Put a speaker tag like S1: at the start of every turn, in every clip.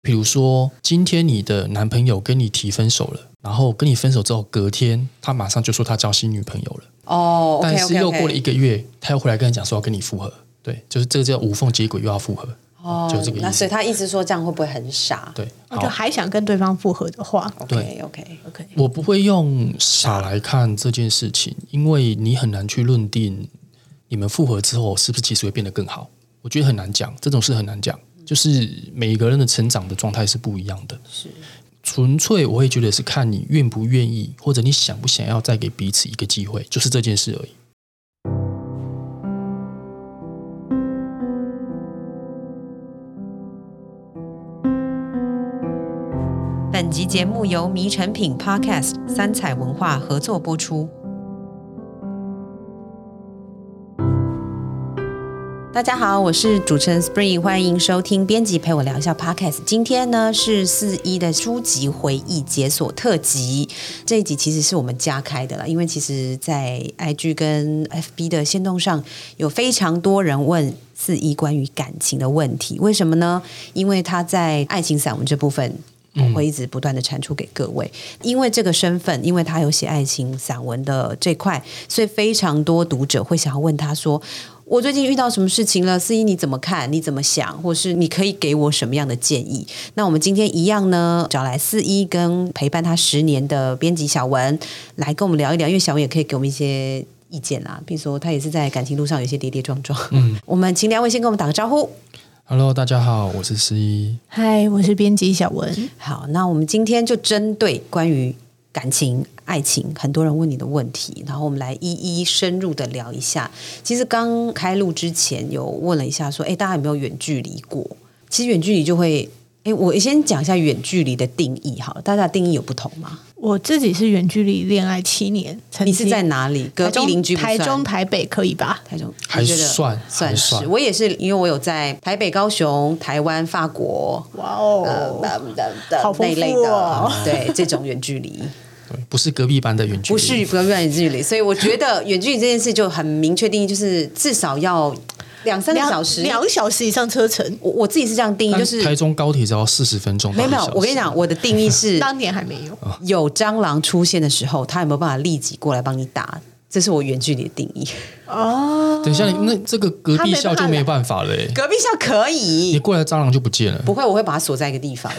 S1: 比如说，今天你的男朋友跟你提分手了，然后跟你分手之后，隔天他马上就说他交新女朋友了，
S2: 哦，OK，OK，OK，
S1: 但是又过了一个月，他又回来跟你讲说要跟你复合，对，就是这个叫无缝接轨，又要复合，
S2: 哦，
S1: 就这个
S2: 那
S1: 意
S2: 所
S1: 思。
S2: 以他一直说这样会不会很傻
S1: 对，
S3: 哦就
S1: 好，
S3: 还想跟对方复合的话
S2: ？OK OK，
S3: ，OK，
S1: 我不会用傻来看这件事情，因为你很难去论定你们复合之后是不是其实会变得更好，我觉得很难讲，这种事很难讲，就是每一个人的成长的状态是不一样的。
S2: 是
S1: 纯粹我会觉得是看你愿不愿意，或者你想不想要再给彼此一个机会，就是这件事而已。
S4: 本集节目由迷成品 Podcast 三彩文化合作播出。
S2: 大家好，我是主持人 Spring，欢迎收听编辑陪我聊一下 Podcast。今天呢是四一的书籍回忆解锁特辑，这一集其实是我们加开的啦，因为其实在 IG 跟 FB 的线动上有非常多人问四一关于感情的问题，为什么呢？因为他在爱情散文这部分。我会一直不断的产出给各位，因为这个身份，因为他有写爱情散文的这块，所以非常多读者会想要问他说：“我最近遇到什么事情了？思怡你怎么看？你怎么想？或是你可以给我什么样的建议？那我们今天一样呢，找来思怡跟陪伴他十年的编辑小文来跟我们聊一聊，因为小文也可以给我们一些意见啦，比如说他也是在感情路上有一些跌跌撞撞。嗯， 我们请两位先跟我们打个招呼。
S1: Hello，大家好，我是十一。
S3: 嗨，我是编辑小文，
S2: 好，那我们今天就针对关于感情、爱情，很多人问你的问题，然后我们来一一深入的聊一下。其实刚开录之前有问了一下，说，哎，大家有没有远距离过？其实远距离就会，哎，我先讲一下远距离的定义好了，大家的定义有不同吗？
S3: 我自己是远距离恋爱七年，曾
S2: 你
S3: 经
S2: 是在哪里？隔
S3: 台
S2: 壁
S3: 中
S2: 邻居不
S3: 台
S2: 算
S3: 中、台北可以吧？
S2: 台中
S1: 还
S2: 你觉得
S1: 算还
S2: 算是
S1: 算
S2: 我也是，因为我有在台北、高雄、台湾、法国，
S3: 哇
S2: 呃，
S3: 哦，好丰
S2: 那一类
S3: 富
S2: 的
S3: 哦，
S2: 对这种远距离。
S1: 对，不是隔壁班的远距离，
S2: 不是不要远距离，所以我觉得远距离这件事就很明确定义，就是至少要两三个
S3: 两
S2: 小时。
S3: 两小时以上车程，
S2: 我我自己是这样定义，
S1: 但
S2: 就是
S1: 台中高铁只要四十分钟，
S2: 没有没有，我跟你，讲，我的定义是
S3: 当年还没有。
S2: 有蟑螂出现的时候，它有没有办法立即过来帮你打？这是我远距离的定义。
S3: 哦，
S1: 等一下你那这个隔壁校就没办法了、欸，
S2: 隔壁校可
S1: 你
S2: 以，
S1: 过来蟑螂就不见了。
S2: 不会，我会把它锁在一个地方。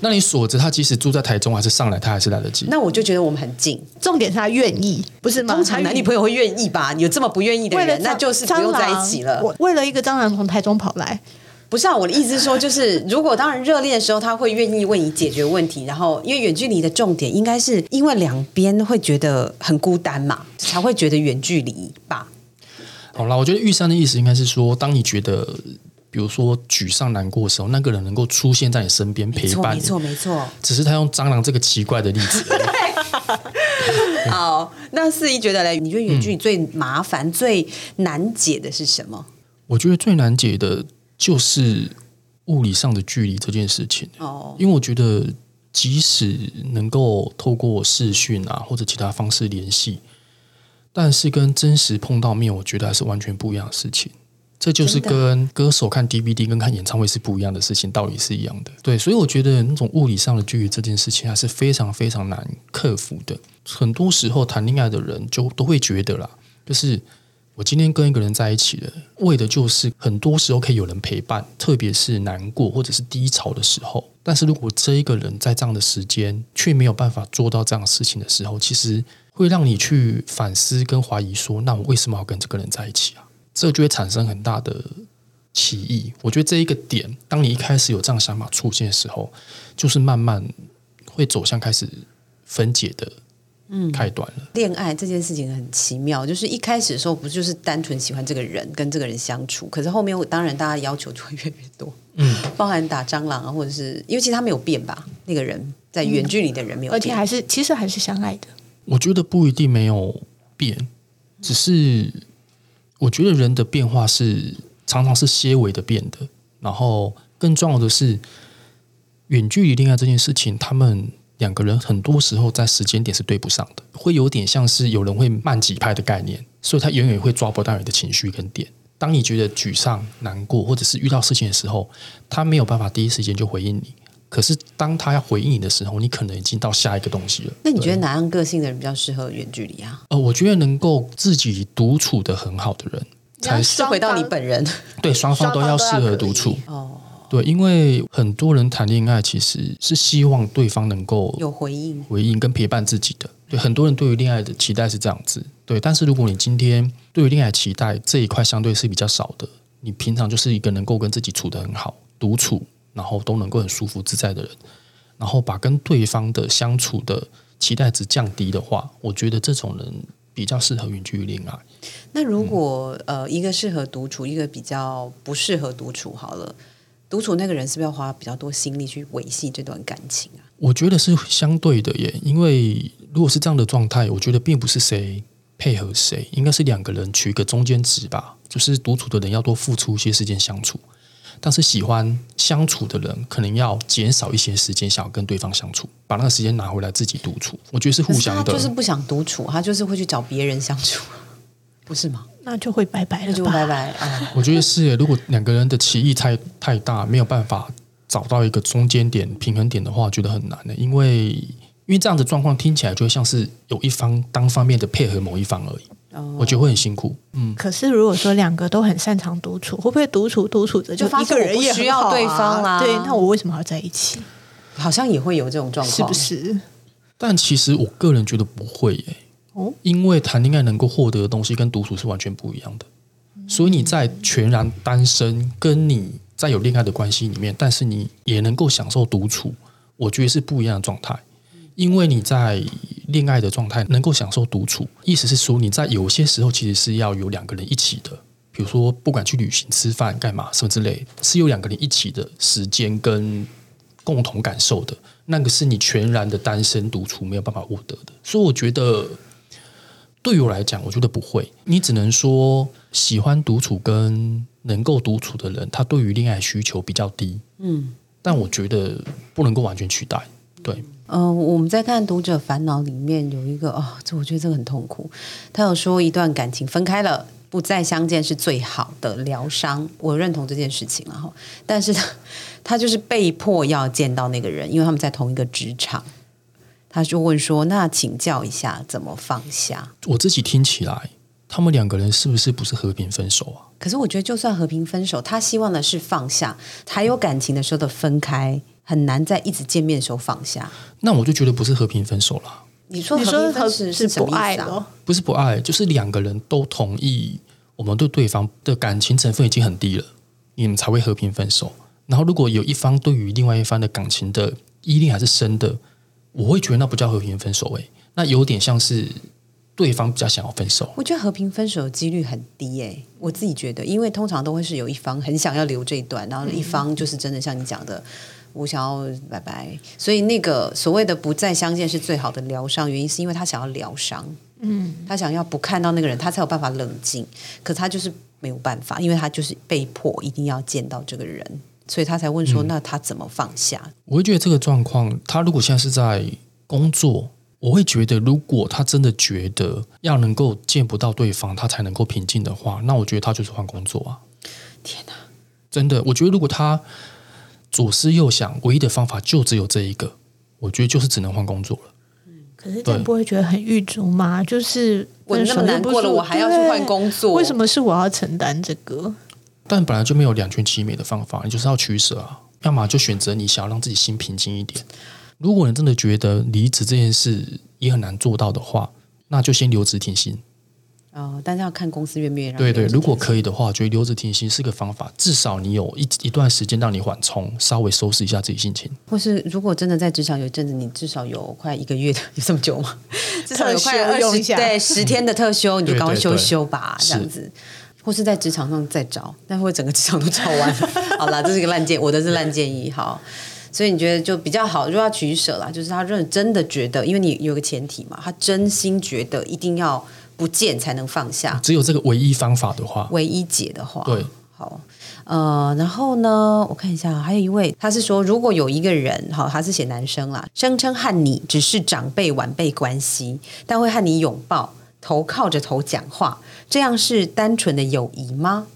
S1: 那你锁着他，即使住在台中还是上来，他还是来得及。
S2: 那我就觉得我们很近。
S3: 重点是他愿意，不是吗？
S2: 通常男女朋友会愿意吧？有这么不愿意的
S3: 为了
S2: 人，那
S3: 蟑
S2: 就是不用在
S3: 蟑
S2: 一
S3: 螂
S2: 起了。
S3: 我为了一个蟑螂从台中跑来，
S2: 不是啊，我的意思是说，就是 如果当然热恋的时候，他会愿意为你解决问题，然后因为远距离的重点应该是因为两边会觉得很孤单嘛，才会觉得远距离吧。
S1: 好啦，我觉得玉山的意思应该是说，当你觉得比如说沮丧、难过的时候，那个人能够出现在你身边
S2: 没
S1: 陪
S2: 错，
S1: 伴
S2: 没
S1: 你。
S2: 错，没错。
S1: 只是他用蟑螂这个奇怪的例子而已，
S2: 好，那四姨觉得嘞，你觉得远距离
S1: 嗯
S2: 最麻烦、最难解的是什么？
S1: 我觉得最难解的就是物理上的距离这件事情。
S2: 哦，
S1: 因为我觉得，即使能够透过视讯啊或者其他方式联系，但是跟真实碰到面，我觉得还是完全不一样的事情。这就是跟歌手看 DVD 跟看演唱会是不一样的事情，道理是一样的。对，所以我觉得那种物理上的距离这件事情还是非常非常难克服的。很多时候谈恋爱的人就都会觉得啦，就是我今天跟一个人在一起了，为的就是很多时候可以有人陪伴，特别是难过或者是低潮的时候。但是如果这一个人在这样的时间却没有办法做到这样的事情的时候，其实会让你去反思跟怀疑说，那我为什么要跟这个人在一起啊？这就会产生很大的歧义。我觉得这一个点，当你一开始有这样想法出现的时候，就是慢慢会走向开始分解的开端了。
S2: 恋爱这件事情很奇妙，就是一开始的时候不就是单纯喜欢这个人，跟这个人相处，可是后面我当然大家要求就会越来越多。
S1: 嗯，
S2: 包含打蟑螂啊，或者是因为其实他没有变吧，那个人在远距离的人没有
S3: 而
S2: 变，
S3: 且还是其实还是相爱的。
S1: 我觉得不一定没有变，只是我觉得人的变化是常常是些微的变的。然后更重要的是，远距离恋爱这件事情，他们两个人很多时候在时间点是对不上的，会有点像是有人会慢几拍的概念，所以他永远会抓不到你的情绪跟点。当你觉得沮丧、难过，或者是遇到事情的时候，他没有办法第一时间就回应你。可是当他要回应你的时候，你可能已经到下一个东西了。
S2: 那你觉
S1: 对
S2: 得哪样个性的人比较适合远距离啊？
S1: 呃，我觉得能够自己独处的很好的人，才是
S2: 是回到你本 人，
S1: 对双方都要适合独
S3: 双
S1: 处
S3: 方。
S2: 哦，
S1: 对，因为很多人谈恋爱其实是希望对方能够
S2: 有回应，
S1: 回应跟陪伴自己的。对，很多人对于恋爱的期待是这样子，对。但是如果你今天对于恋爱期待这一块相对是比较少的，你平常就是一个能够跟自己处得很好、独处，然后都能够很舒服自在的人，然后把跟对方的相处的期待值降低的话，我觉得这种人比较适合远距离恋爱。
S2: 那如果、呃，一个适合独处，一个比较不适合独处，好了，独处那个人是不是要花比较多心力去维系这段感情啊？
S1: 我觉得是相对的耶，因为如果是这样的状态，我觉得并不是谁配合谁，应该是两个人取一个中间值吧。就是独处的人要多付出一些时间相处，但是喜欢相处的人可能要减少一些时间，想要跟对方相处，把那个时间拿回来自己独处。我觉得是互相
S2: 可
S1: 的，
S2: 是他就是不想独处，他就是会去找别人相处， 不是吗？
S3: 那就会拜拜了 吧，
S2: 那就拜拜啊！
S1: 我觉得是耶。如果两个人的歧义太太大，没有办法找到一个中间点、平衡点的话，我觉得很难的，因为因为这样的状况听起来就会像是有一方单方面的配合某一方而已。我觉得会很辛苦。嗯，
S3: 可是如果说两个都很擅长独处，会不会独处独处着
S2: 就发
S3: 一
S2: 现
S3: 个人
S2: 我不
S3: 也
S2: 需要
S3: 很好啊
S2: 对方啦
S3: 对，那我为什么要在一起？
S2: 好像也会有这种状况，
S3: 是不？是？
S1: 但其实我个人觉得不会耶、
S3: 哦
S1: 因为谈恋爱能够获得的东西跟独处是完全不一样的。所以你在全然单身，跟你在有恋爱的关系里面，但是你也能够享受独处，我觉得是不一样的状态。因为你在恋爱的状态能够享受独处，意思是说你在有些时候其实是要有两个人一起的，比如说不管去旅行、吃饭、干嘛什么之类，是有两个人一起的时间跟共同感受的，那个是你全然的单身独处没有办法获得的。所以我觉得，对于我来讲，我觉得不会。你只能说，喜欢独处跟能够独处的人，他对于恋爱需求比较低。嗯，但我觉得不能够完全取代。对，
S2: 嗯、我们在看《读者烦恼》里面有一个哦，这我觉得这个很痛苦。他有说一段感情分开了，不再相见是最好的疗伤，我认同这件事情了啊哈。但是他 他就是被迫要见到那个人，因为他们在同一个职场。他就问说：“那请教一下，怎么放下
S1: 我自己听起来，他们两个人是不是不是和平分手啊？？”
S2: 可是我觉得，就算和平分手，他希望的是放下，还有感情的时候的分开，很难在一直见面的时候放下。
S1: 那我就觉得不是和平分手啦，
S2: 你说
S3: 你
S2: 和
S3: 说
S2: 平
S3: 和
S2: 分手
S3: 是
S2: 是什
S3: 不
S2: 么
S3: 爱
S2: 意思啊？
S3: 了，
S1: 不是不爱，就是两个人都同意，我们对对方的感情成分已经很低了，你们才会和平分手。然后如果有一方对于另外一方的感情的依恋还是深的，我会觉得那不叫和平分手、欸，那有点像是对方比较想要分手。
S2: 我觉得和平分手的几率很低诶、我自己觉得，因为通常都会是有一方很想要留这一段，然后一方就是真的像你讲的，我想要拜拜。所以那个所谓的不再相见是最好的疗伤，原因是因为他想要疗伤，嗯，他想要不看到那个人，他才有办法冷静。可他就是没有办法，因为他就是被迫一定要见到这个人，所以他才问说，
S1: 嗯
S2: 那他怎么放下？
S1: 我会觉得这个状况，他如果现在是在工作，我会觉得，如果他真的觉得要能够见不到对方，他才能够平静的话，那我觉得他就是换工作啊！
S2: 天哪！
S1: 真的，我觉得如果他左思右想，唯一的方法就只有这一个，我觉得就是只能换工作了。
S3: 可是这样不会觉得很狱卒吗？就是
S2: 我
S3: 分
S2: 那么
S3: 手
S2: 难
S3: 就不
S2: 过了，
S3: 舒
S2: 我还要去换工
S3: 对
S2: 作，
S3: 为什？么是我要承担这个？
S1: 但本来就没有两全其美的方法，你就是要取舍啊，要么就选择你想要让自己心平静一点。如果你真的觉得离职这件事也很难做到的话，那就先留职停薪。
S2: 哦，但是要看公司愿不愿意让
S1: 对对，
S2: 你
S1: 如果可以的话，我觉得留职停薪是个方法，至少你有一一段时间让你缓冲，稍微收拾一下自己心情。
S2: 或是如果真的在职场有一阵子，你至少有快一个月的， 有这么久吗？至少有快
S3: 特休
S2: 二
S3: 用
S2: 十
S3: 一下
S2: 对十天的特休，你就
S1: 对
S2: 赶快
S1: 对
S2: 休一
S1: 对
S2: 休吧，这样
S1: 是
S2: 子。或是在职场上再找，那会整个职场都找完。 好啦，这是一个烂建，我的是烂建议。好，所以你觉得就比较好，如果要取舍啦，就是他认真的觉得，因为你有个前提嘛，他真心觉得一定要不见才能放下。
S1: 只有这个唯一方法的话，
S2: 唯一解的话，
S1: 对，
S2: 好，呃，然后呢，我看一下，还有一位，他是说，如果有一个人，好，他是写男生啦，声称和你只是长辈晚辈关系，但会和你拥抱，头靠着头讲话，这样是单纯的友谊吗？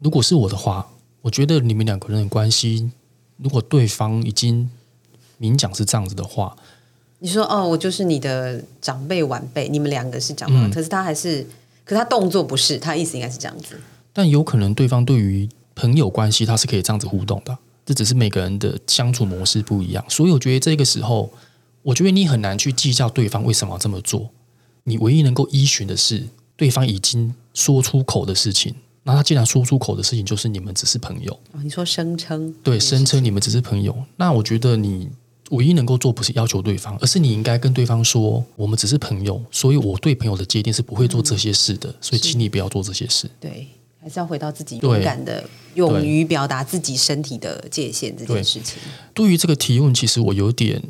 S1: 如果是我的话，我觉得你们两个人的关系，如果对方已经明讲是这样子的话，
S2: 你说哦，我就是你的长辈晚辈，你们两个是长
S1: 嗯
S2: 辈，可是他还是，可是他动作不是，他意思应该是这样子。
S1: 但有可能对方对于朋友关系，他是可以这样子互动的。这只是每个人的相处模式不一样，所以我觉得这个时候，我觉得你很难去计较对方为什么要这么做。你唯一能够依循的是对方已经说出口的事情。那他既然说出口的事情，就是你们只是朋友，
S2: 哦，你说声称
S1: 对，声称你们只是朋友。那我觉得你唯一能够做，不是要求对方，而是你应该跟对方说，我们只是朋友，所以我对朋友的界定是不会做这些事的，所以请你不要做这些事。
S2: 对，还是要回到自己
S1: 对
S2: 勇敢的，勇于表达自己身体的界限这
S1: 对
S2: 件事情。
S1: 对于这个提问，其实我有点，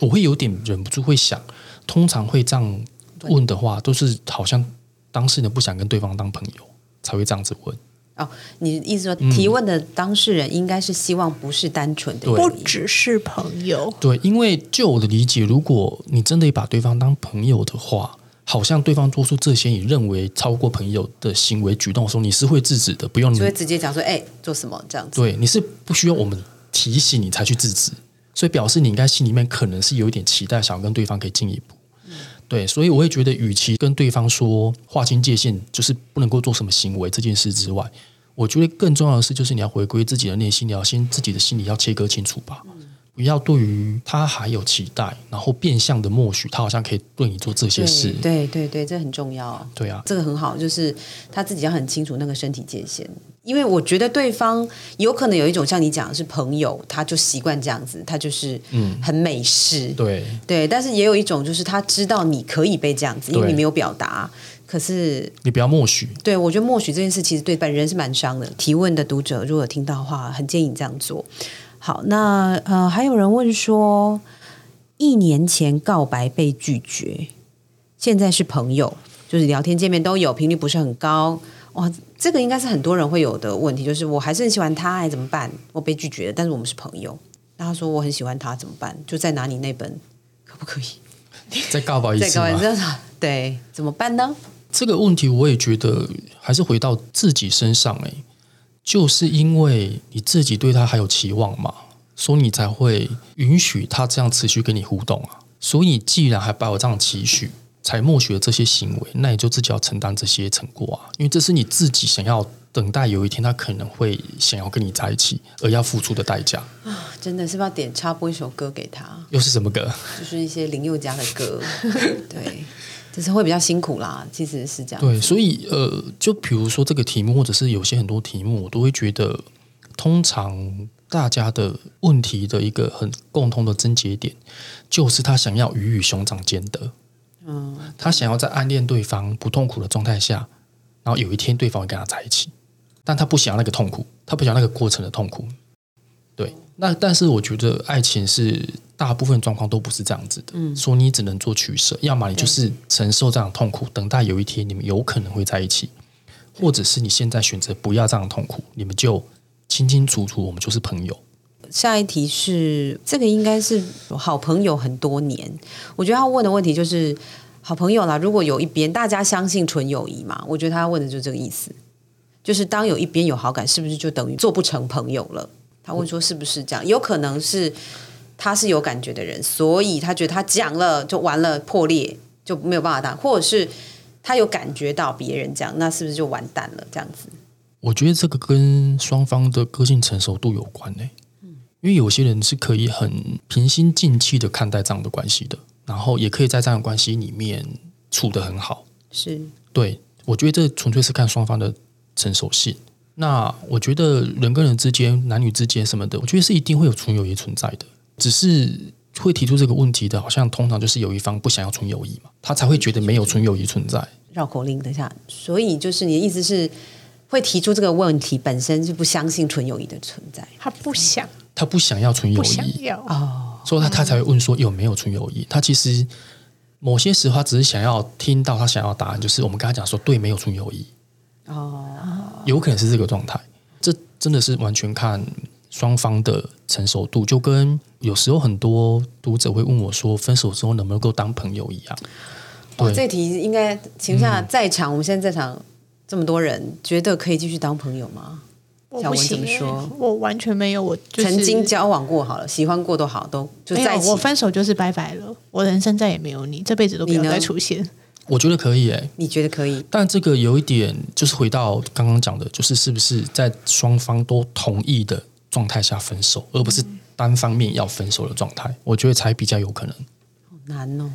S1: 我会有点忍不住会想，通常会这样问的话，都是好像当事人不想跟对方当朋友才会这样子问。
S2: 哦，你意思说
S1: 嗯
S2: 提问的当事人应该是希望不是单纯的
S1: 对
S3: 不
S2: 友谊
S3: 只是朋友，
S1: 对，因为就我的理解，如果你真的把对方当朋友的话，好像对方做出这些你认为超过朋友的行为举动的时候，你是会制止的，不用你
S2: 就会直接讲说，哎、做什么这样子？
S1: 对，你是不需要我们提醒你才去制止，所以表示你应该心里面可能是有一点期待，想要跟对方可以进一步。对，所以我会觉得，与其跟对方说划清界限，就是不能够做什么行为这件事之外，我觉得更重要的是，就是你要回归自己的内心，你要先自己的心里要切割清楚吧，不要对于他还有期待，然后变相的默许他好像可以对你做这些事。
S2: 对对嗯对，这很重要。
S1: 对啊，
S2: 这个很好，就是他自己要很清楚那个身体界限，因为我觉得对方有可能有一种像你讲的是朋友，他就习惯这样子，他就是嗯很美式，
S1: 对，
S2: 对，但是也有一种就是他知道你可以被这样子，因为
S1: 对
S2: 你没有表达，可是
S1: 你不要默许。
S2: 对，我觉得默许这件事其实对本人是蛮伤的。提问的读者如果有听到的话，很建议你这样做。好，那呃，还有人问说，一年前告白被拒绝，现在是朋友，就是聊天见面都有，频率不是很高。哇，这个应该是很多人会有的问题，就是我还是很喜欢他，哎，怎么办？我被拒绝了，但是我们是朋友。那他说我很喜欢他，怎么办？就再拿你那本，可不可以？
S1: 再告白一
S2: 再
S1: 次
S2: 告白
S1: 吗？
S2: 这样 对，怎么办呢？
S1: 这个问题，我也觉得还是回到自己身上哎、就是因为你自己对他还有期望嘛，所以你才会允许他这样持续跟你互动啊。所以既然还抱有这样的期许，才默许了这些行为，那你就自己要承担这些成果啊，因为这是你自己想要等待有一天他可能会想要跟你在一起而要付出的代价，
S2: 真的是不是要点插播一首歌给他？
S1: 又是什么歌？
S2: 就是一些林宥嘉的歌，对，就是会比较辛苦啦，其实是这样。
S1: 对，所以呃，就比如说这个题目，或者是有些很多题目，我都会觉得，通常大家的问题的一个很共通的症结点，就是他想要鱼与熊掌兼得。嗯，他想要在暗恋对方不痛苦的状态下，然后有一天对方会跟他在一起，但他不想要那个痛苦，他不想要那个过程的痛苦。对，那但是我觉得爱情是大部分状况都不是这样子的，所以你只能做取舍，要么你就是承受这样的痛苦，等待有一天你们有可能会在一起，或者是你现在选择不要这样的痛苦，你们就清清楚楚，我们就是朋友。
S2: 下一题是这个，应该是好朋友很多年。我觉得他问的问题就是好朋友啦，如果有一边大家相信纯友谊嘛，我觉得他问的就是这个意思，就是当有一边有好感，是不是就等于做不成朋友了？他问说是不是这样？有可能是他是有感觉的人，所以他觉得他讲了就完了，破裂就没有办法打，或者是他有感觉到别人这样，那是不是就完蛋了？这样子，
S1: 我觉得这个跟双方的个性成熟度有关呢、欸因为有些人是可以很平心静气的看待这样的关系的，然后也可以在这样的关系里面处得很好。
S2: 是
S1: 对，我觉得这纯粹是看双方的成熟性。那我觉得人跟人之间、男女之间什么的，我觉得是一定会有纯友谊存在的，只是会提出这个问题的，好像通常就是有一方不想要纯友谊嘛，他才会觉得没有纯友谊存在。
S2: 绕口令，等一下。所以就是你的意思是，会提出这个问题本身就不相信纯友谊的存在。
S3: 他不想，
S1: 他不想要纯友
S3: 不想
S1: 谊，
S3: 要，
S2: 啊
S1: 所以他他才会问说有没有纯友谊。他其实某些时候他只是想要听到他想要的答案，就是我们跟他讲说对，没有纯友谊。哦，有可能是这个状态。这真的是完全看双方的成熟度，就跟有时候很多读者会问我说，分手之后能不能够当朋友一样。
S2: 哇，
S1: 对，
S2: 哦这题应该请问一下在场，我们现在在场这么多人，觉得可以继续当朋友吗？
S3: 我
S2: 小
S3: 不
S2: 文怎
S3: 行
S2: 么
S3: 欸
S2: 说？
S3: 我完全没有，我就是
S2: 曾经交往过好了，喜欢过都好，都就
S3: 没
S2: 在一
S3: 有，
S2: 起。
S3: 我分手就是拜拜了，我人生再也没有你，这辈子都不
S2: 你
S3: 要
S2: 呢
S3: 再出现。
S1: 我觉得可以诶、
S2: 你觉得可以？
S1: 但这个有一点就是回到刚刚讲的，就是是不是在双方都同意的状态下分手，而不是单方面要分手的状态，我觉得才比较有可能。
S2: 好难哦，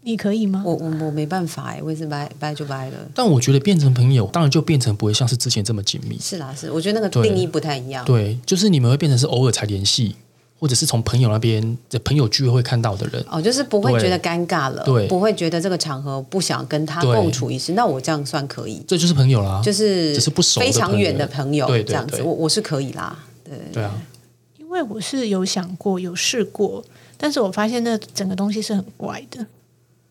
S3: 你可以吗？
S2: 我我我没办法哎，我也是掰掰就掰了。
S1: 但我觉得变成朋友，当然就变成不会像是之前这么紧密。
S2: 是啦，是，我觉得那个
S1: 对
S2: 定义不太一样。
S1: 对，就是你们会变成是偶尔才联系，或者是从朋友那边在朋友聚会看到的人。
S2: 哦，就是不会
S1: 对
S2: 觉得尴尬了，
S1: 对
S2: 不会觉得这个场合不想跟他
S1: 对
S2: 共处一室，那我这样算可以，
S1: 这就是朋友啦，
S2: 就是
S1: 只是不熟的
S2: 非常远的
S1: 朋
S2: 朋友
S1: 对对
S2: 这样子，
S1: 对
S2: 我我是可以啦，对
S1: 对啊，
S3: 因为我是有想过，有试过，但是我发现那整个东西是很怪的，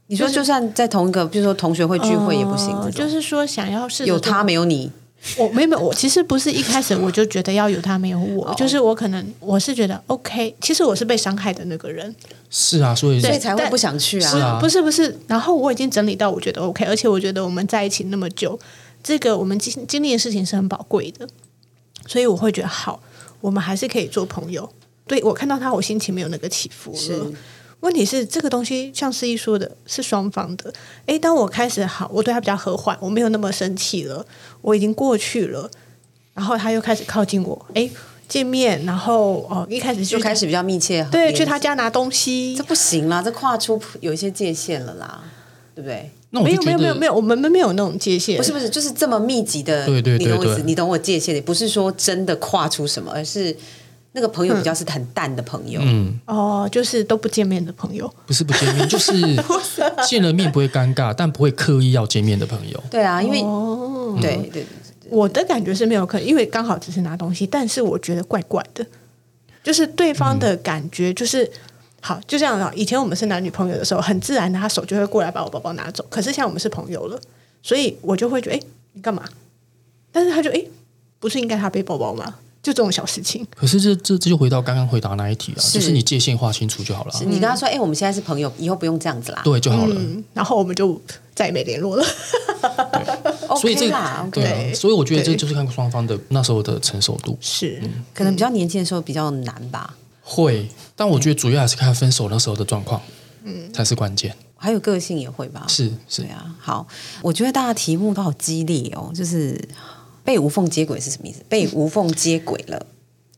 S2: 你说就算在同一个，比如说同学会聚会也不行，
S3: 呃
S2: 这种
S3: 就是说想要试着
S2: 有他
S3: 做
S2: 没有你，
S3: 我没有没有，我其实不是一开始我就觉得要有他没 有
S2: 哦
S3: 我，就是我可能我是觉得 OK，其实我是被伤害的那个人，
S1: 是啊，所以
S2: 所
S3: 对
S2: 以才会
S3: 但
S2: 不想去
S1: 是啊
S2: 啊。
S3: 不是不是，然后我已经整理到我觉得 OK，而且我觉得我们在一起那么久，这个我们经经历的事情是很宝贵的，所以我会觉得好，我们还是可以做朋友。对我看到他，我心情没有那个起伏
S2: 是
S3: 了。问题是这个东西，像思怡说的，是双方的。诶，当我开始好，我对他比较和缓，我没有那么生气了，我已经过去了。然后他又开始靠近我，诶，见面，然后哦，一开始
S2: 就开始比较密切，
S3: 对去他家拿东西
S2: 这，不行啦，这跨出有一些界限了啦，对不对？
S1: 那我
S3: 没
S1: 就
S3: 有没
S1: 觉
S3: 有没有没
S1: 得，
S3: 有，我们没有那种界限，
S2: 不是不是，就是这么密集的，
S1: 对对对
S2: 你懂我意思，
S1: 对
S2: 你懂我界限，也不是说真的跨出什么，而是那个朋友比
S3: 嗯
S2: 较是很淡的朋友，
S1: 嗯，
S3: 哦，就是都不见面的朋友，
S1: 不是不见面， 就是
S3: 啊
S1: 见了面不会尴尬，但不会刻意要见面的朋友。
S2: 对啊，因为、
S3: 哦，
S2: 对对，
S3: 我的感觉是没有可能，因为刚好只是拿东西，但是我觉得怪怪的，就是对方的感觉就是。好，就这样了。以前我们是男女朋友的时候，很自然的，他手就会过来把我包包拿走。可是现在我们是朋友了，所以我就会觉得，哎、你干嘛？但是他就，哎、不是应该他背包包吗？就这种小事情，
S1: 可是这这这就回到刚刚回答那一题啊，
S2: 是
S1: 就是你界限划清楚就好了，
S2: 是你跟他说，哎、我们现在是朋友，以后不用这样子啦，
S1: 对就好了。
S3: 嗯，然后我们就再也没联络了。
S1: 所以
S2: OK
S1: 这
S2: 啦，OK，
S1: 对啊，所以我觉得这
S3: 对
S1: 就是看双方的那时候的成熟度
S3: 是，
S2: 可能比较年轻的时候比较难吧。
S1: 会，但我觉得主要还是看分手那时候的状况，嗯，才是关键。
S2: 还有个性也会吧，
S1: 是是
S2: 对，啊，好，我觉得大家题目都好激烈哦，就是被无缝接轨是什么意思？被无缝接轨 了，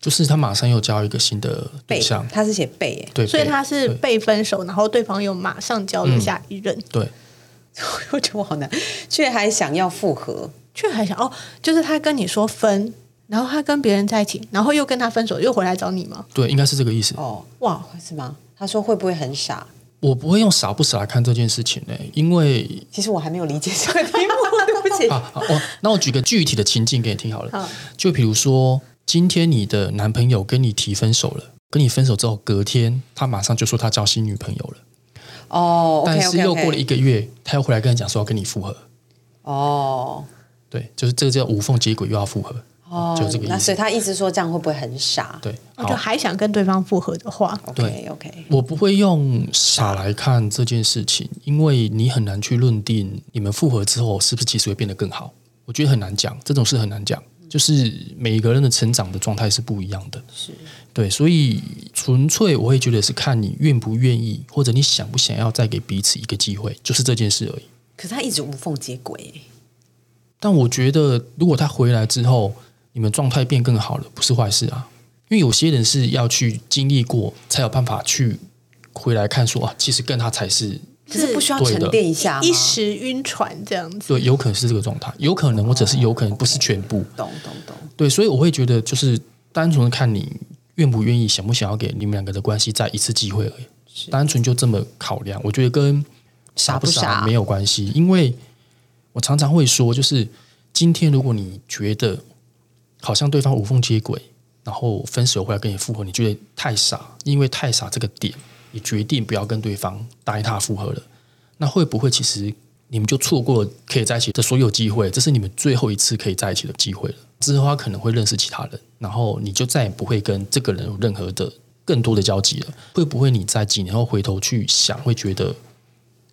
S1: 就是他马上又交一个新的
S2: 被
S1: 对象，
S2: 他是写被耶，
S1: 对，嗯
S3: 所以
S1: 被
S3: 他是
S1: 对
S3: 被分手，然后对方又马上交了下一任，
S1: 对
S2: 我觉得我好难，却还想要复合，
S3: 却还想哦，就是他跟你说分，然后他跟别人在一起，然后又跟他分手，又回来找你吗？
S1: 对，应该是这个意思。
S2: 哦，
S3: 哇，
S2: 是吗？他说会不会很傻？
S1: 我不会用傻不傻来看这件事情呢、欸因 为
S2: 其实我还没有理解这个题 目，对不起。
S1: 啊，好我、那我举个具体的情境给你听好了。就比如说，今天你的男朋友跟你提分手了，跟你分手之后，隔天他马上就说他交新女朋友了
S2: 哦，OK
S1: 但
S2: OK，
S1: 是又过了一个月，他又回来跟你讲说要跟你复合。
S2: 哦
S1: 对，就是这个叫无缝接轨，又要复合，
S2: 哦，
S1: 啊就这个意
S2: 那所哦
S1: 思
S2: 以。他一直说这样会不会很傻？
S1: 对，
S3: 我就
S1: 好，
S3: 还想跟对方复合的话，
S2: ，OK OK，
S1: 我不会用傻来看这件事情，因为你很难去论定你们复合之后是不是其实会变得更好。我觉得很难讲，这种事很难讲，就是每个人的成长的状态是不一样的。
S2: 是
S1: 对，所以纯粹我会觉得是看你愿不愿意，或者你想不想要再给彼此一个机会，就是这件事而已。
S2: 可是他一直无缝接轨耶，
S1: 但我觉得，如果他回来之后，你们状态变更好了，不是坏事啊。因为有些人是要去经历过，才有办法去回来看说啊，其实跟他才是
S2: 可是不需要
S1: 对的
S2: 沉淀一下吗？
S3: 一时晕船这样子。
S1: 对，有可能是这个状态，有可能或者是有可能不是全部。
S2: 懂懂懂，
S1: 对，所以我会觉得就是单纯看你愿不愿意，想不想要给你们两个的关系再一次机会而已，单纯就这么考量。我觉得跟傻不
S2: 傻不
S1: 傻
S2: 傻
S1: 没有关系，因为我常常会说，就是今天如果你觉得好像对方无缝接轨，然后分手回来跟你复合，你觉得太傻，因为太傻这个点，你决定不要跟对方答应他复合了，那会不会其实你们就错过了可以在一起的所有机会？这是你们最后一次可以在一起的机会了。之后他可能会认识其他人，然后你就再也不会跟这个人有任何的更多的交集了。会不会你在几年后回头去想，会觉得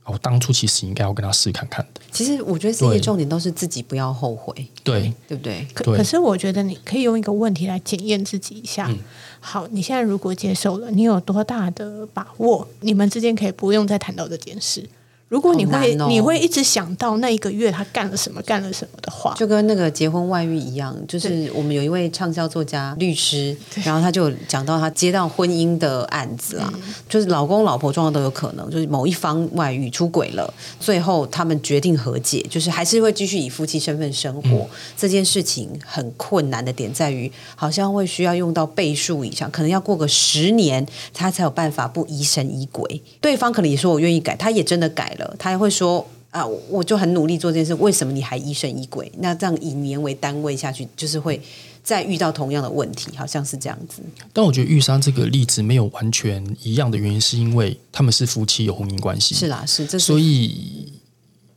S1: 啊，我当初其实应该要跟他试看看的。
S2: 其实我觉得自己的
S1: 对
S2: 重点都是自己不要后悔，
S1: 对，
S2: 对不对？
S3: 可
S1: 对
S3: 可是我觉得你可以用一个问题来检验自己一下。好，你现在如果接受了，你有多大的把握？你们之间可以不用再谈到这件事。如果你
S2: 好
S3: 会、
S2: 难哦
S3: 你会一直想到那一个月他干了什么干了什么的话，
S2: 就跟那个结婚外遇一样，就是我们有一位畅销作家、律师，然后他就有讲到他接到婚姻的案子啊，就是老公老婆状况都有可能，就是某一方外遇出轨了，最后他们决定和解，就是还是会继续以夫妻身份生活。这件事情很困难的点在于，好像会需要用到倍数以上，可能要过个十年，他才有办法不疑神疑鬼。对方可能也说我愿意改，他也真的改了，他也会说。啊，我我就很努力做这件事，为什么你还疑神疑鬼？那这样以年为单位下去，就是会再遇到同样的问题，好像是这样子。
S1: 但我觉得玉山这个例子没有完全一样的原因，是因为他们是夫妻有婚姻关系，
S2: 是啦，是这
S1: 所
S2: 是
S1: 以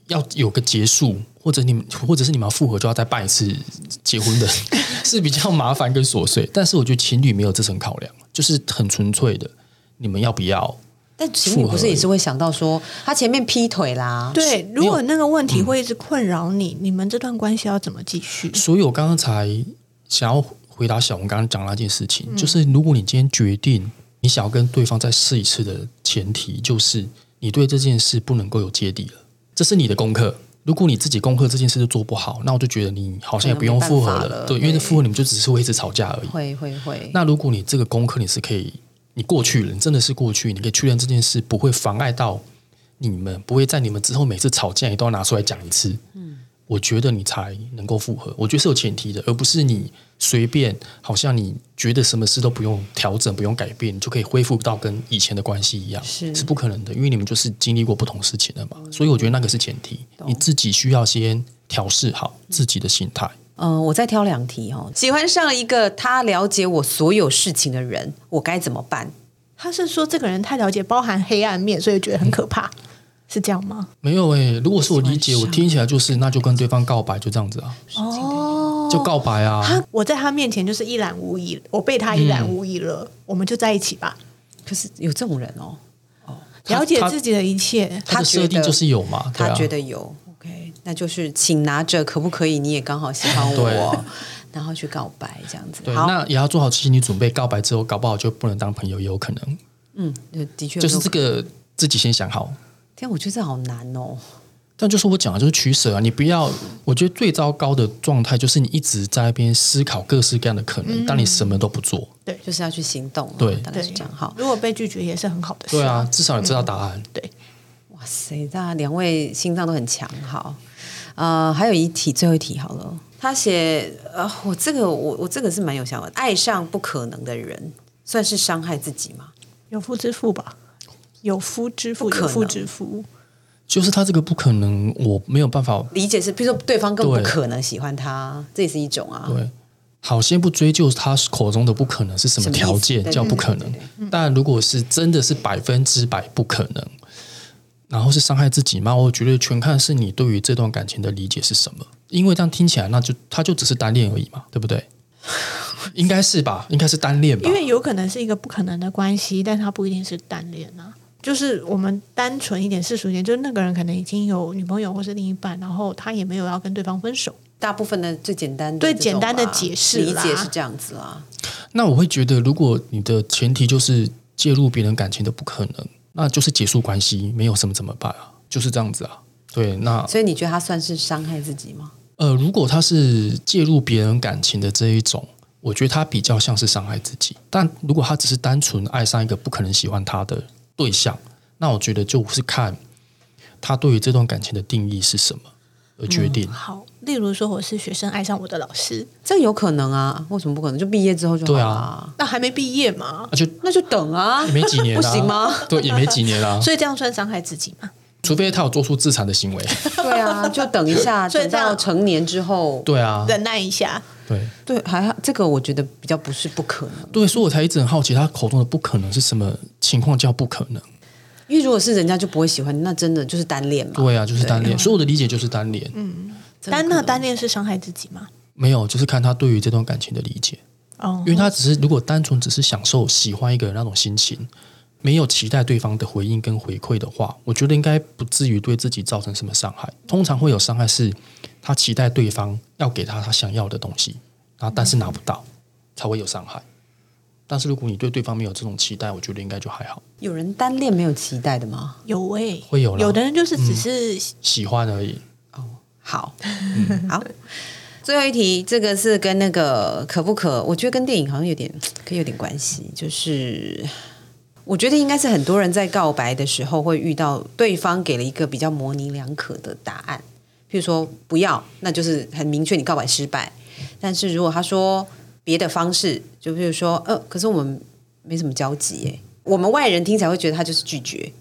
S1: 要有个结束，或者你们或者是你们要复合，就要再办一次结婚的，是比较麻烦跟琐碎。但是我觉得情侣没有这层考量，就是很纯粹的，你们要不要？
S2: 但情侣不是也是会想到说，他前面劈腿啦，
S3: 对。如果那个
S1: 嗯
S3: 问题会一直困扰你，你们这段关系要怎么继续？
S1: 所以我刚刚才想要回答小红刚刚讲那件事情，
S2: 嗯
S1: 就是如果你今天决定你想要跟对方再试一次的前提，就是你对这件事不能够有芥蒂了，这是你的功课。如果你自己功课这件事就做不好，那我就觉得你好像也不用复合
S2: 可能没办法了
S1: 对，因为
S2: 对
S1: 复合你们就只是会一直吵架而已。
S2: 会会会，
S1: 那如果你这个功课你是可以，你过去了，你真的是过去，你可以确认这件事不会妨碍到你们，不会在你们之后每次吵架你都要拿出来讲一次。嗯，我觉得你才能够复合，我觉得是有前提的，而不是你随便，好像你觉得什么事都不用调整、不用改变，你就可以恢复到跟以前的关系一样，
S2: 是
S1: 不可能的，因为你们就是经历过不同事情的嘛。所以我觉得那个是前提，你自己需要先调试好自己的心态。
S2: 嗯、我再挑两题哦。喜欢上一个他了解我所有事情的人，我该怎么办？
S3: 他是说这个人太了解包含黑暗面，所以觉得很可怕，
S1: 嗯
S3: 是这样吗？
S1: 没有诶、如果是我理解，我听起来就是那就跟对方告白，就这样子啊，
S3: 哦，
S1: 就告白啊。
S3: 他我在他面前就是一览无遗，我被他一览无遗了，我们就在一起吧。
S2: 可是有这种人哦，
S1: 他
S3: 了解自
S1: 他
S3: 己的一切，
S1: 他的设
S2: 他觉
S1: 定
S2: 得
S1: 就是有嘛，对
S2: 他
S1: 啊
S2: 觉。得有、OK，那就是请拿着，可不可以？你也刚好喜欢
S1: 对
S2: 我，然后去告白这样子。
S1: 对，
S2: 好，
S1: 那也要做好心理准备，告白之后搞不好就不能当朋友，也有可能。
S2: 嗯，的确有
S1: 就是这
S2: 这种
S1: 个自己先想好。
S2: 天，啊我觉得这好难哦。
S1: 但就是我讲的就是取舍啊，你不要，我觉得最糟糕的状态就是你一直在那边思考各式各样的可
S2: 嗯
S1: 能，但你什么都不做。
S2: 就是要去行动了，
S1: 对
S2: 大概
S3: 对
S2: 是这样。好，
S3: 如果被拒绝也是很好的事。
S1: 对啊，，至少你知道答案。
S2: 哇塞，大家两位心脏都很强，好，呃，还有一题，最后一题好了。他写，呃，我这个我我这个是蛮有想法的，爱上不可能的人，算是伤害自己吗？
S3: 有夫之妇吧，有夫之妇，
S2: 不可
S3: 有夫
S2: 能
S3: 之妇，
S1: 就是他这个不可能，我没有办法
S2: 理解是，比如说对方根本不
S1: 对
S2: 可能喜欢他，这也是一种啊。
S1: 对，好，先不追究他口中的不可能是什么条
S2: 什么意
S1: 件
S2: 思
S1: 叫不可
S2: 对
S1: 能
S2: 对对，嗯
S1: 但如果是真的是百分之百不可能，然后是伤害自己吗？我觉得全看是你对于这段感情的理解是什么，因为这样听起来，那就他就只是单恋而已嘛，对不 对？应该是吧，应该是单恋吧
S3: 因。为有可能是一个不可能的关系，但他不一定是单恋啊。就是我们单纯一点、世俗一点，就是那个人可能已经有女朋友或是另一半，然后他也没有要跟对方分手。
S2: 大部分的最简单的
S3: 对
S2: 这种
S3: 简单的
S2: 吧
S3: 解释
S2: 理
S3: 啦
S2: 解是这样子啊。
S1: 那我会觉得，如果你的前提就是介入别人感情的不可能，那就是结束关系，没有什么怎么办啊？就是这样子啊。对，那
S2: 所以你觉得他算是伤害自己吗？
S1: 呃，如果他是介入别人感情的这一种，我觉得他比较像是伤害自己。但如果他只是单纯爱上一个不可能喜欢他的对象，那我觉得就是看他对于这段感情的定义是什么而决定。
S3: 好，例如说我是学生爱上我的老师，
S2: 这有可能啊，为什么不可能？就毕业之后就好
S1: 对
S2: 了、
S1: 啊
S3: 那还没毕业嘛，
S1: 那就
S2: 那就等啊，
S1: 也没几年
S2: 不
S1: 啦、
S2: 行吗？
S1: 对，也没几年啦、
S3: 所以这样算伤害自己吗？
S1: 除非他有做出自残的行为。
S2: 对啊，就等一下，
S3: 所以
S2: 等
S3: 这样
S2: 到成年之后，
S1: 对啊，
S3: 忍耐一下，
S1: 对
S2: 对，还好这个我觉得比较不是不可能，
S1: 对，所以我才一直很好奇，他口中的不可能是什么情况叫不可能？
S2: 因为如果是人家就不会喜欢你，那真的就是单恋嘛。
S1: 对啊，就是单恋。所以我的理解就是单恋，
S2: 真的
S3: 单
S2: 可
S3: 那
S2: 能
S3: 单恋是伤害自己吗？
S1: 没有就是看他对于这段感情的理解。
S3: 哦
S1: 因为他只是如果单纯只是享受喜欢一个人那种心情，没有期待对方的回应跟回馈的话，我觉得应该不至于对自己造成什么伤害。通常会有伤害是，他期待对方要给他他想要的东西，然后但是拿不到，才会有伤害。但是如果你对对方没有这种期待，我觉得应该就还好，
S2: 有人单恋没有期待的吗？
S3: 有哎、
S1: 会有啦
S3: 有的人就是只
S2: 嗯
S3: 是
S1: 喜欢而已。
S2: 好，好。最后一题，这个是跟那个可不可，我觉得跟电影好像有点，可以有点关系。就是我觉得应该是很多人在告白的时候会遇到对方给了一个比较模棱两可的答案，譬如说不要，那就是很明确你告白失败。但是如果他说别的方式，就譬如说，呃，可是我们没什么交集耶，我们外人听起来会觉得他就是拒绝，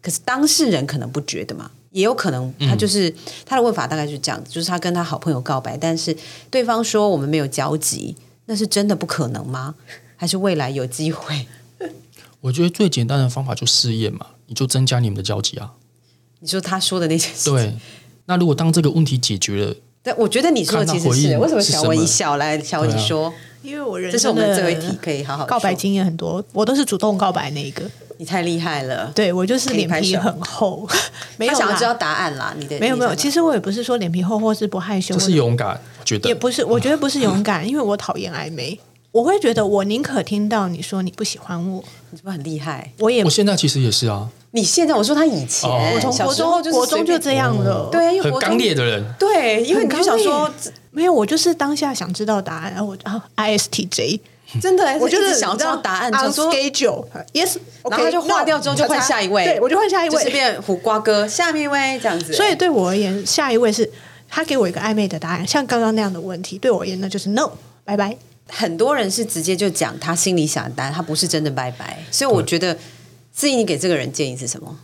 S2: 可是当事人可能不觉得嘛，也有可能他就是、
S1: 嗯
S2: 他的问法大概就是这样子，就是他跟他好朋友告白，但是对方说我们没有交集，那是真的不可能吗？还是未来有机会？
S1: 我觉得最简单的方法就试验嘛，你就增加你们的交集啊。
S2: 你说他说的那些事，
S1: 对，那如果当这个问题解决了，
S2: 但我觉得你说的其实是
S1: 看他回应
S2: 为什么
S1: 是
S2: 小文
S1: 什么
S2: 一笑来，小文
S1: 对啊
S2: 你说，
S3: 因为我人
S2: 这是我
S3: 生
S2: 们
S3: 的
S2: 最后一题，可以好好说
S3: 告白，经验很多，我都是主动告白那一个。
S2: 你太厉害了。
S3: 对我就是
S2: 可以
S3: 脸
S2: 拍
S3: 皮
S2: 手
S3: 很厚， 没有
S2: 他想要
S3: 啦
S2: 知道答案啦，你的
S3: 没有没有，
S2: 你想
S3: 其实我也不是说脸皮厚或是不害羞，
S1: 这是嗯勇敢，我觉
S3: 也
S1: 得。
S3: 不是，我觉得不是勇 敢，因为我讨厌暧昧。我会觉得，我宁可听到你说你不喜欢我，
S2: 你是不是很厉害？
S3: 我也
S1: 我现在其实也是啊，
S2: 你现在我说他以前，
S1: 哦
S3: 我从
S2: 小
S3: 国
S2: 时候
S3: 中
S2: 就是
S3: 国中
S2: 随便
S3: 就这样了。
S2: 对啊，因为
S1: 很
S2: 国中
S1: 刚烈的人，
S2: 对，因为你就想说
S3: 很刚没有，我就是当下想知道答案，然后我啊 ISTJ，
S2: 真的，
S3: 我就
S2: 一
S3: 是
S2: 直想要知道答案，想
S3: on
S2: 说
S3: schedule yes，
S2: 然后他就划掉之后就换下一位
S3: 对我就换下一
S2: 就是
S3: 位。
S2: 变苦瓜哥，下面一位这样子。
S3: 所以对我而言，下一位是他给我一个暧昧的答案，像刚刚那样的问题，对我而言那就是 no，拜拜。
S2: 很多人是直接就讲他心里想的答案，他不是真的拜拜。所以我觉得，志颖，你给这个人建议是什么？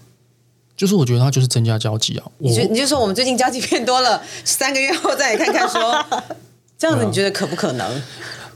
S1: 就是我觉得他就是增加交集啊。我
S2: 你就你就说我们最近交集变多了，三个月后再来看看 说。这样子你觉得可不可能？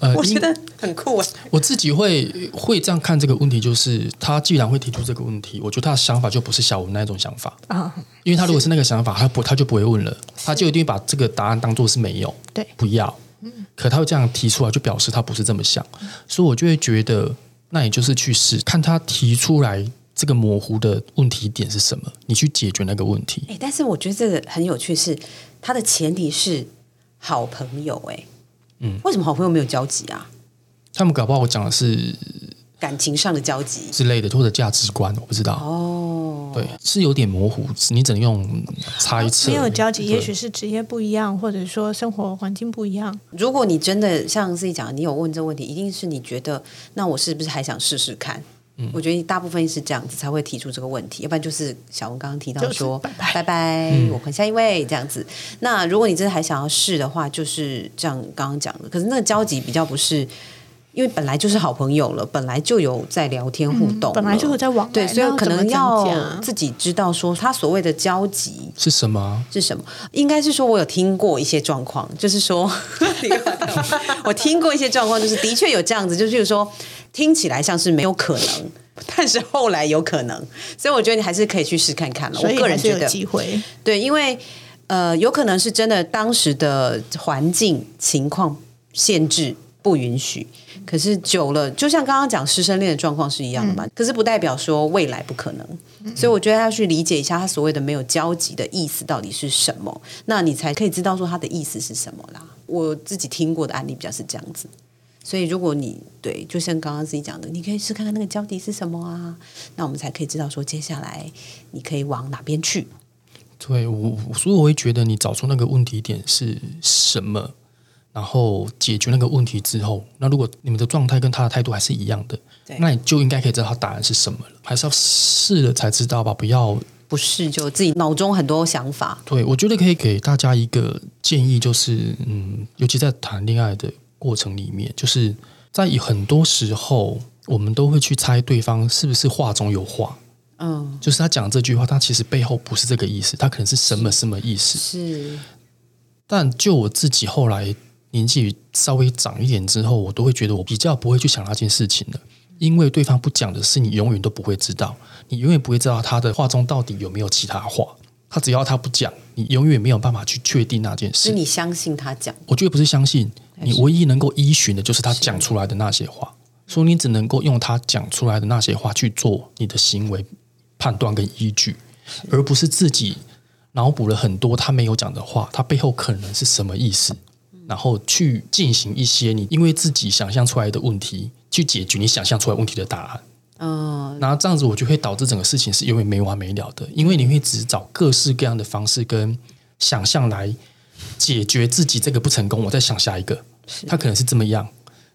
S1: 呃，
S2: 我觉
S1: 因
S2: 得很酷啊！
S1: 我自己会会这样看这个问题，就是他既然会提出这个问题，我觉得他的想法就不是小吴那一种想法
S3: 啊
S1: 啊。因为他如果是那个想法，他不他就不会问了，他就一定把这个答案当做是没有，
S3: 对
S1: 不要。
S2: 嗯
S1: 可他会这样提出来，就表示他不是这么想，所以我就会觉得，那你就是去试看他提出来这个模糊的问题点是什么，你去解决那个问题。
S2: 哎、但是我觉得这个很有趣是，它的前提是好朋友、哎，嗯，为什么好朋友没有交集啊？
S1: 他们搞不好我讲的是
S2: 感情上的交集，
S1: 之类的，或者价值观，我不知道。哦，对，是有点模糊，你只能用猜测。
S3: 哦没有交集，
S1: 对
S3: 也许是职业不一样，或者说生活环境不一样。
S2: 如果你真的像自己讲，你有问这个问题，一定是你觉得那我是不是还想试试看？我觉得大部分是这样子才会提出这个问题，要不然就是小文刚刚提到说
S3: 就是拜拜
S2: 拜我换下一位这样子。那如果你真的还想要试的话，就是这样刚刚讲的。可是那个交集比较不是，因为本来就是好朋友了，本来就有在聊天互动了、
S3: 嗯本来就有在往来
S2: 对，所
S3: 那
S2: 以
S3: 要
S2: 可
S3: 怎么
S2: 能
S3: 增
S2: 要
S3: 加
S2: 自己知道说他所谓的交集
S1: 是什么啊？
S2: 是什么？应该是说我有听过一些状况，就是说，你干嘛我听过一些状况，就是的确有这样子，就是说听起来像是没有可能，但是后来有可能，所以我觉得你还是可以去试看看了。
S3: 所
S2: 我
S3: 以
S2: 个
S3: 还
S2: 人
S3: 是
S2: 觉
S3: 有
S2: 得，
S3: 机会。
S2: 对，因为呃，有可能是真的当时的环境情况限制不允许，可是久了，就像刚刚讲师生恋的状况是一样的嘛，可是不代表说未来不可能，所以我觉得要去理解一下他所谓的没有交集的意思到底是什么，那你才可以知道说他的意思是什么啦。我自己听过的案例比较是这样子。所以，如果你对，就像刚刚自己讲的，你可以试看看那个交集是什么啊，那我们才可以知道说接下来你可以往哪边去。
S1: 对我，我所以我会觉得你找出那个问题点是什么，然后解决那个问题之后，那如果你们的状态跟他的态度还是一样的
S2: 对，
S1: 那你就应该可以知道他答案是什么了。还是要试了才知道吧，不要。
S2: 不是就自己脑中很多想法，
S1: 对我觉得可以给大家一个建议，就是嗯，尤其在谈恋爱的过程里面，就是在很多时候，我们都会去猜对方是不是话中有话。
S2: 嗯，
S1: 就是他讲这句话，他其实背后不是这个意思，他可能是什么什么意思。
S2: 是
S1: 但就我自己后来年纪稍微长一点之后，我都会觉得我比较不会去想那件事情了，因为对方不讲的事，你永远都不会知道，你永远不会知道他的话中到底有没有其他话。他只要他不讲，你永远没有办法去确定那件
S2: 是
S1: 事。
S2: 你相信他讲，
S1: 我觉得不是相信，你唯一能够依循的就是他讲出来的那些话。所以你只能够用他讲出来的那些话去做你的行为判断跟依据，而不是自己脑补了很多他没有讲的话，他背后可能是什么意思，然后去进行一些你因为自己想象出来的问题去解决你想象出来问题的答案。
S2: 嗯，
S1: 然后这样子，我就会导致整个事情是永远没完没了的，因为你会只找各式各样的方式跟想象来解决自己这个不成功，我再想下一个，他可能是这么样，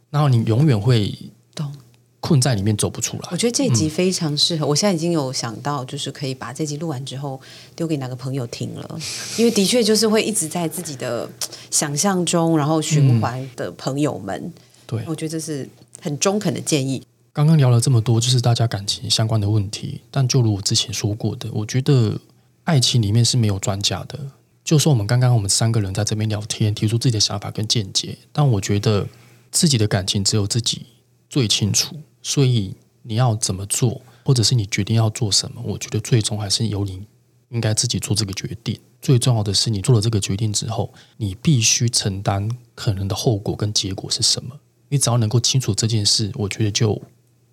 S1: 然后你永远会
S2: 懂。
S1: 困在里面走不出来
S2: 我。觉得这集非常适合，我现在已经有想到，就是可以把这集录完之后丢给哪个朋友听了，因为的确就是会一直在自己的想象中，然后循环的朋友
S3: 嗯
S2: 们，
S1: 对，
S2: 我觉得这是很中肯的建议。
S1: 刚刚聊了这么多，就是大家感情相关的问题。但就如我之前说过的，我觉得爱情里面是没有专家的。就说我们刚刚我们三个人在这边聊天，提出自己的想法跟见解，但我觉得自己的感情只有自己最清楚。所以你要怎么做，或者是你决定要做什么，我觉得最终还是由你应该自己做这个决定。最重要的是，你做了这个决定之后，你必须承担可能的后果跟结果是什么。你只要能够清楚这件事，我觉得就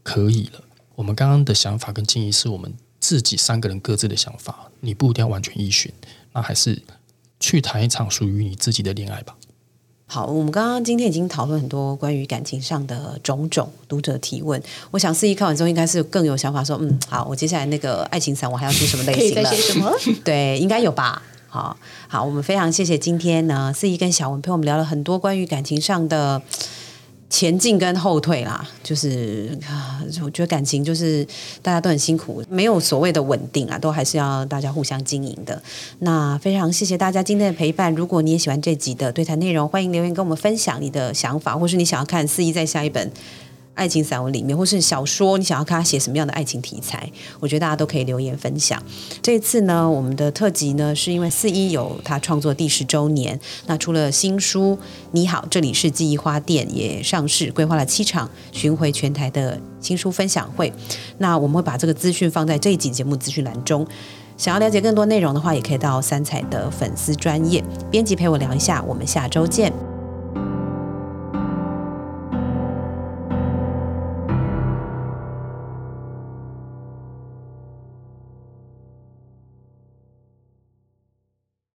S1: 可以了。我们刚刚的想法跟建议是我们自己三个人各自的想法，你不一定要完全依循，那还是去谈一场属于你自己的恋爱吧。
S2: 好，我们刚刚今天已经讨论很多关于感情上的种种读者提问。我想四一看完之后，应该是更有想法说，嗯，好，我接下来那个爱情伞我还要出什么类
S3: 可以
S2: 型
S3: 再
S2: 了
S3: 写？什么？
S2: 对，应该有吧。好好，我们非常谢谢今天呢，四一跟小文陪我们聊了很多关于感情上的前进跟后退啦。就是啊我觉得感情就是大家都很辛苦，没有所谓的稳定啊，都还是要大家互相经营的。那非常谢谢大家今天的陪伴。如果你也喜欢这集的对谈内容，欢迎留言跟我们分享你的想法，或是你想要看四一在下一本爱情散文里面，或是小说，你想要看他写什么样的爱情题材，我觉得大家都可以留言分享。这一次呢，我们的特辑呢，是因为四一有他创作第十周年，那除了新书《你好，这里是记忆花店》也上市，规划了七场巡回全台的新书分享会。那我们会把这个资讯放在这一集节目资讯栏中。想要了解更多内容的话，也可以到三彩的粉丝专业编辑陪我聊一下。我们下周见，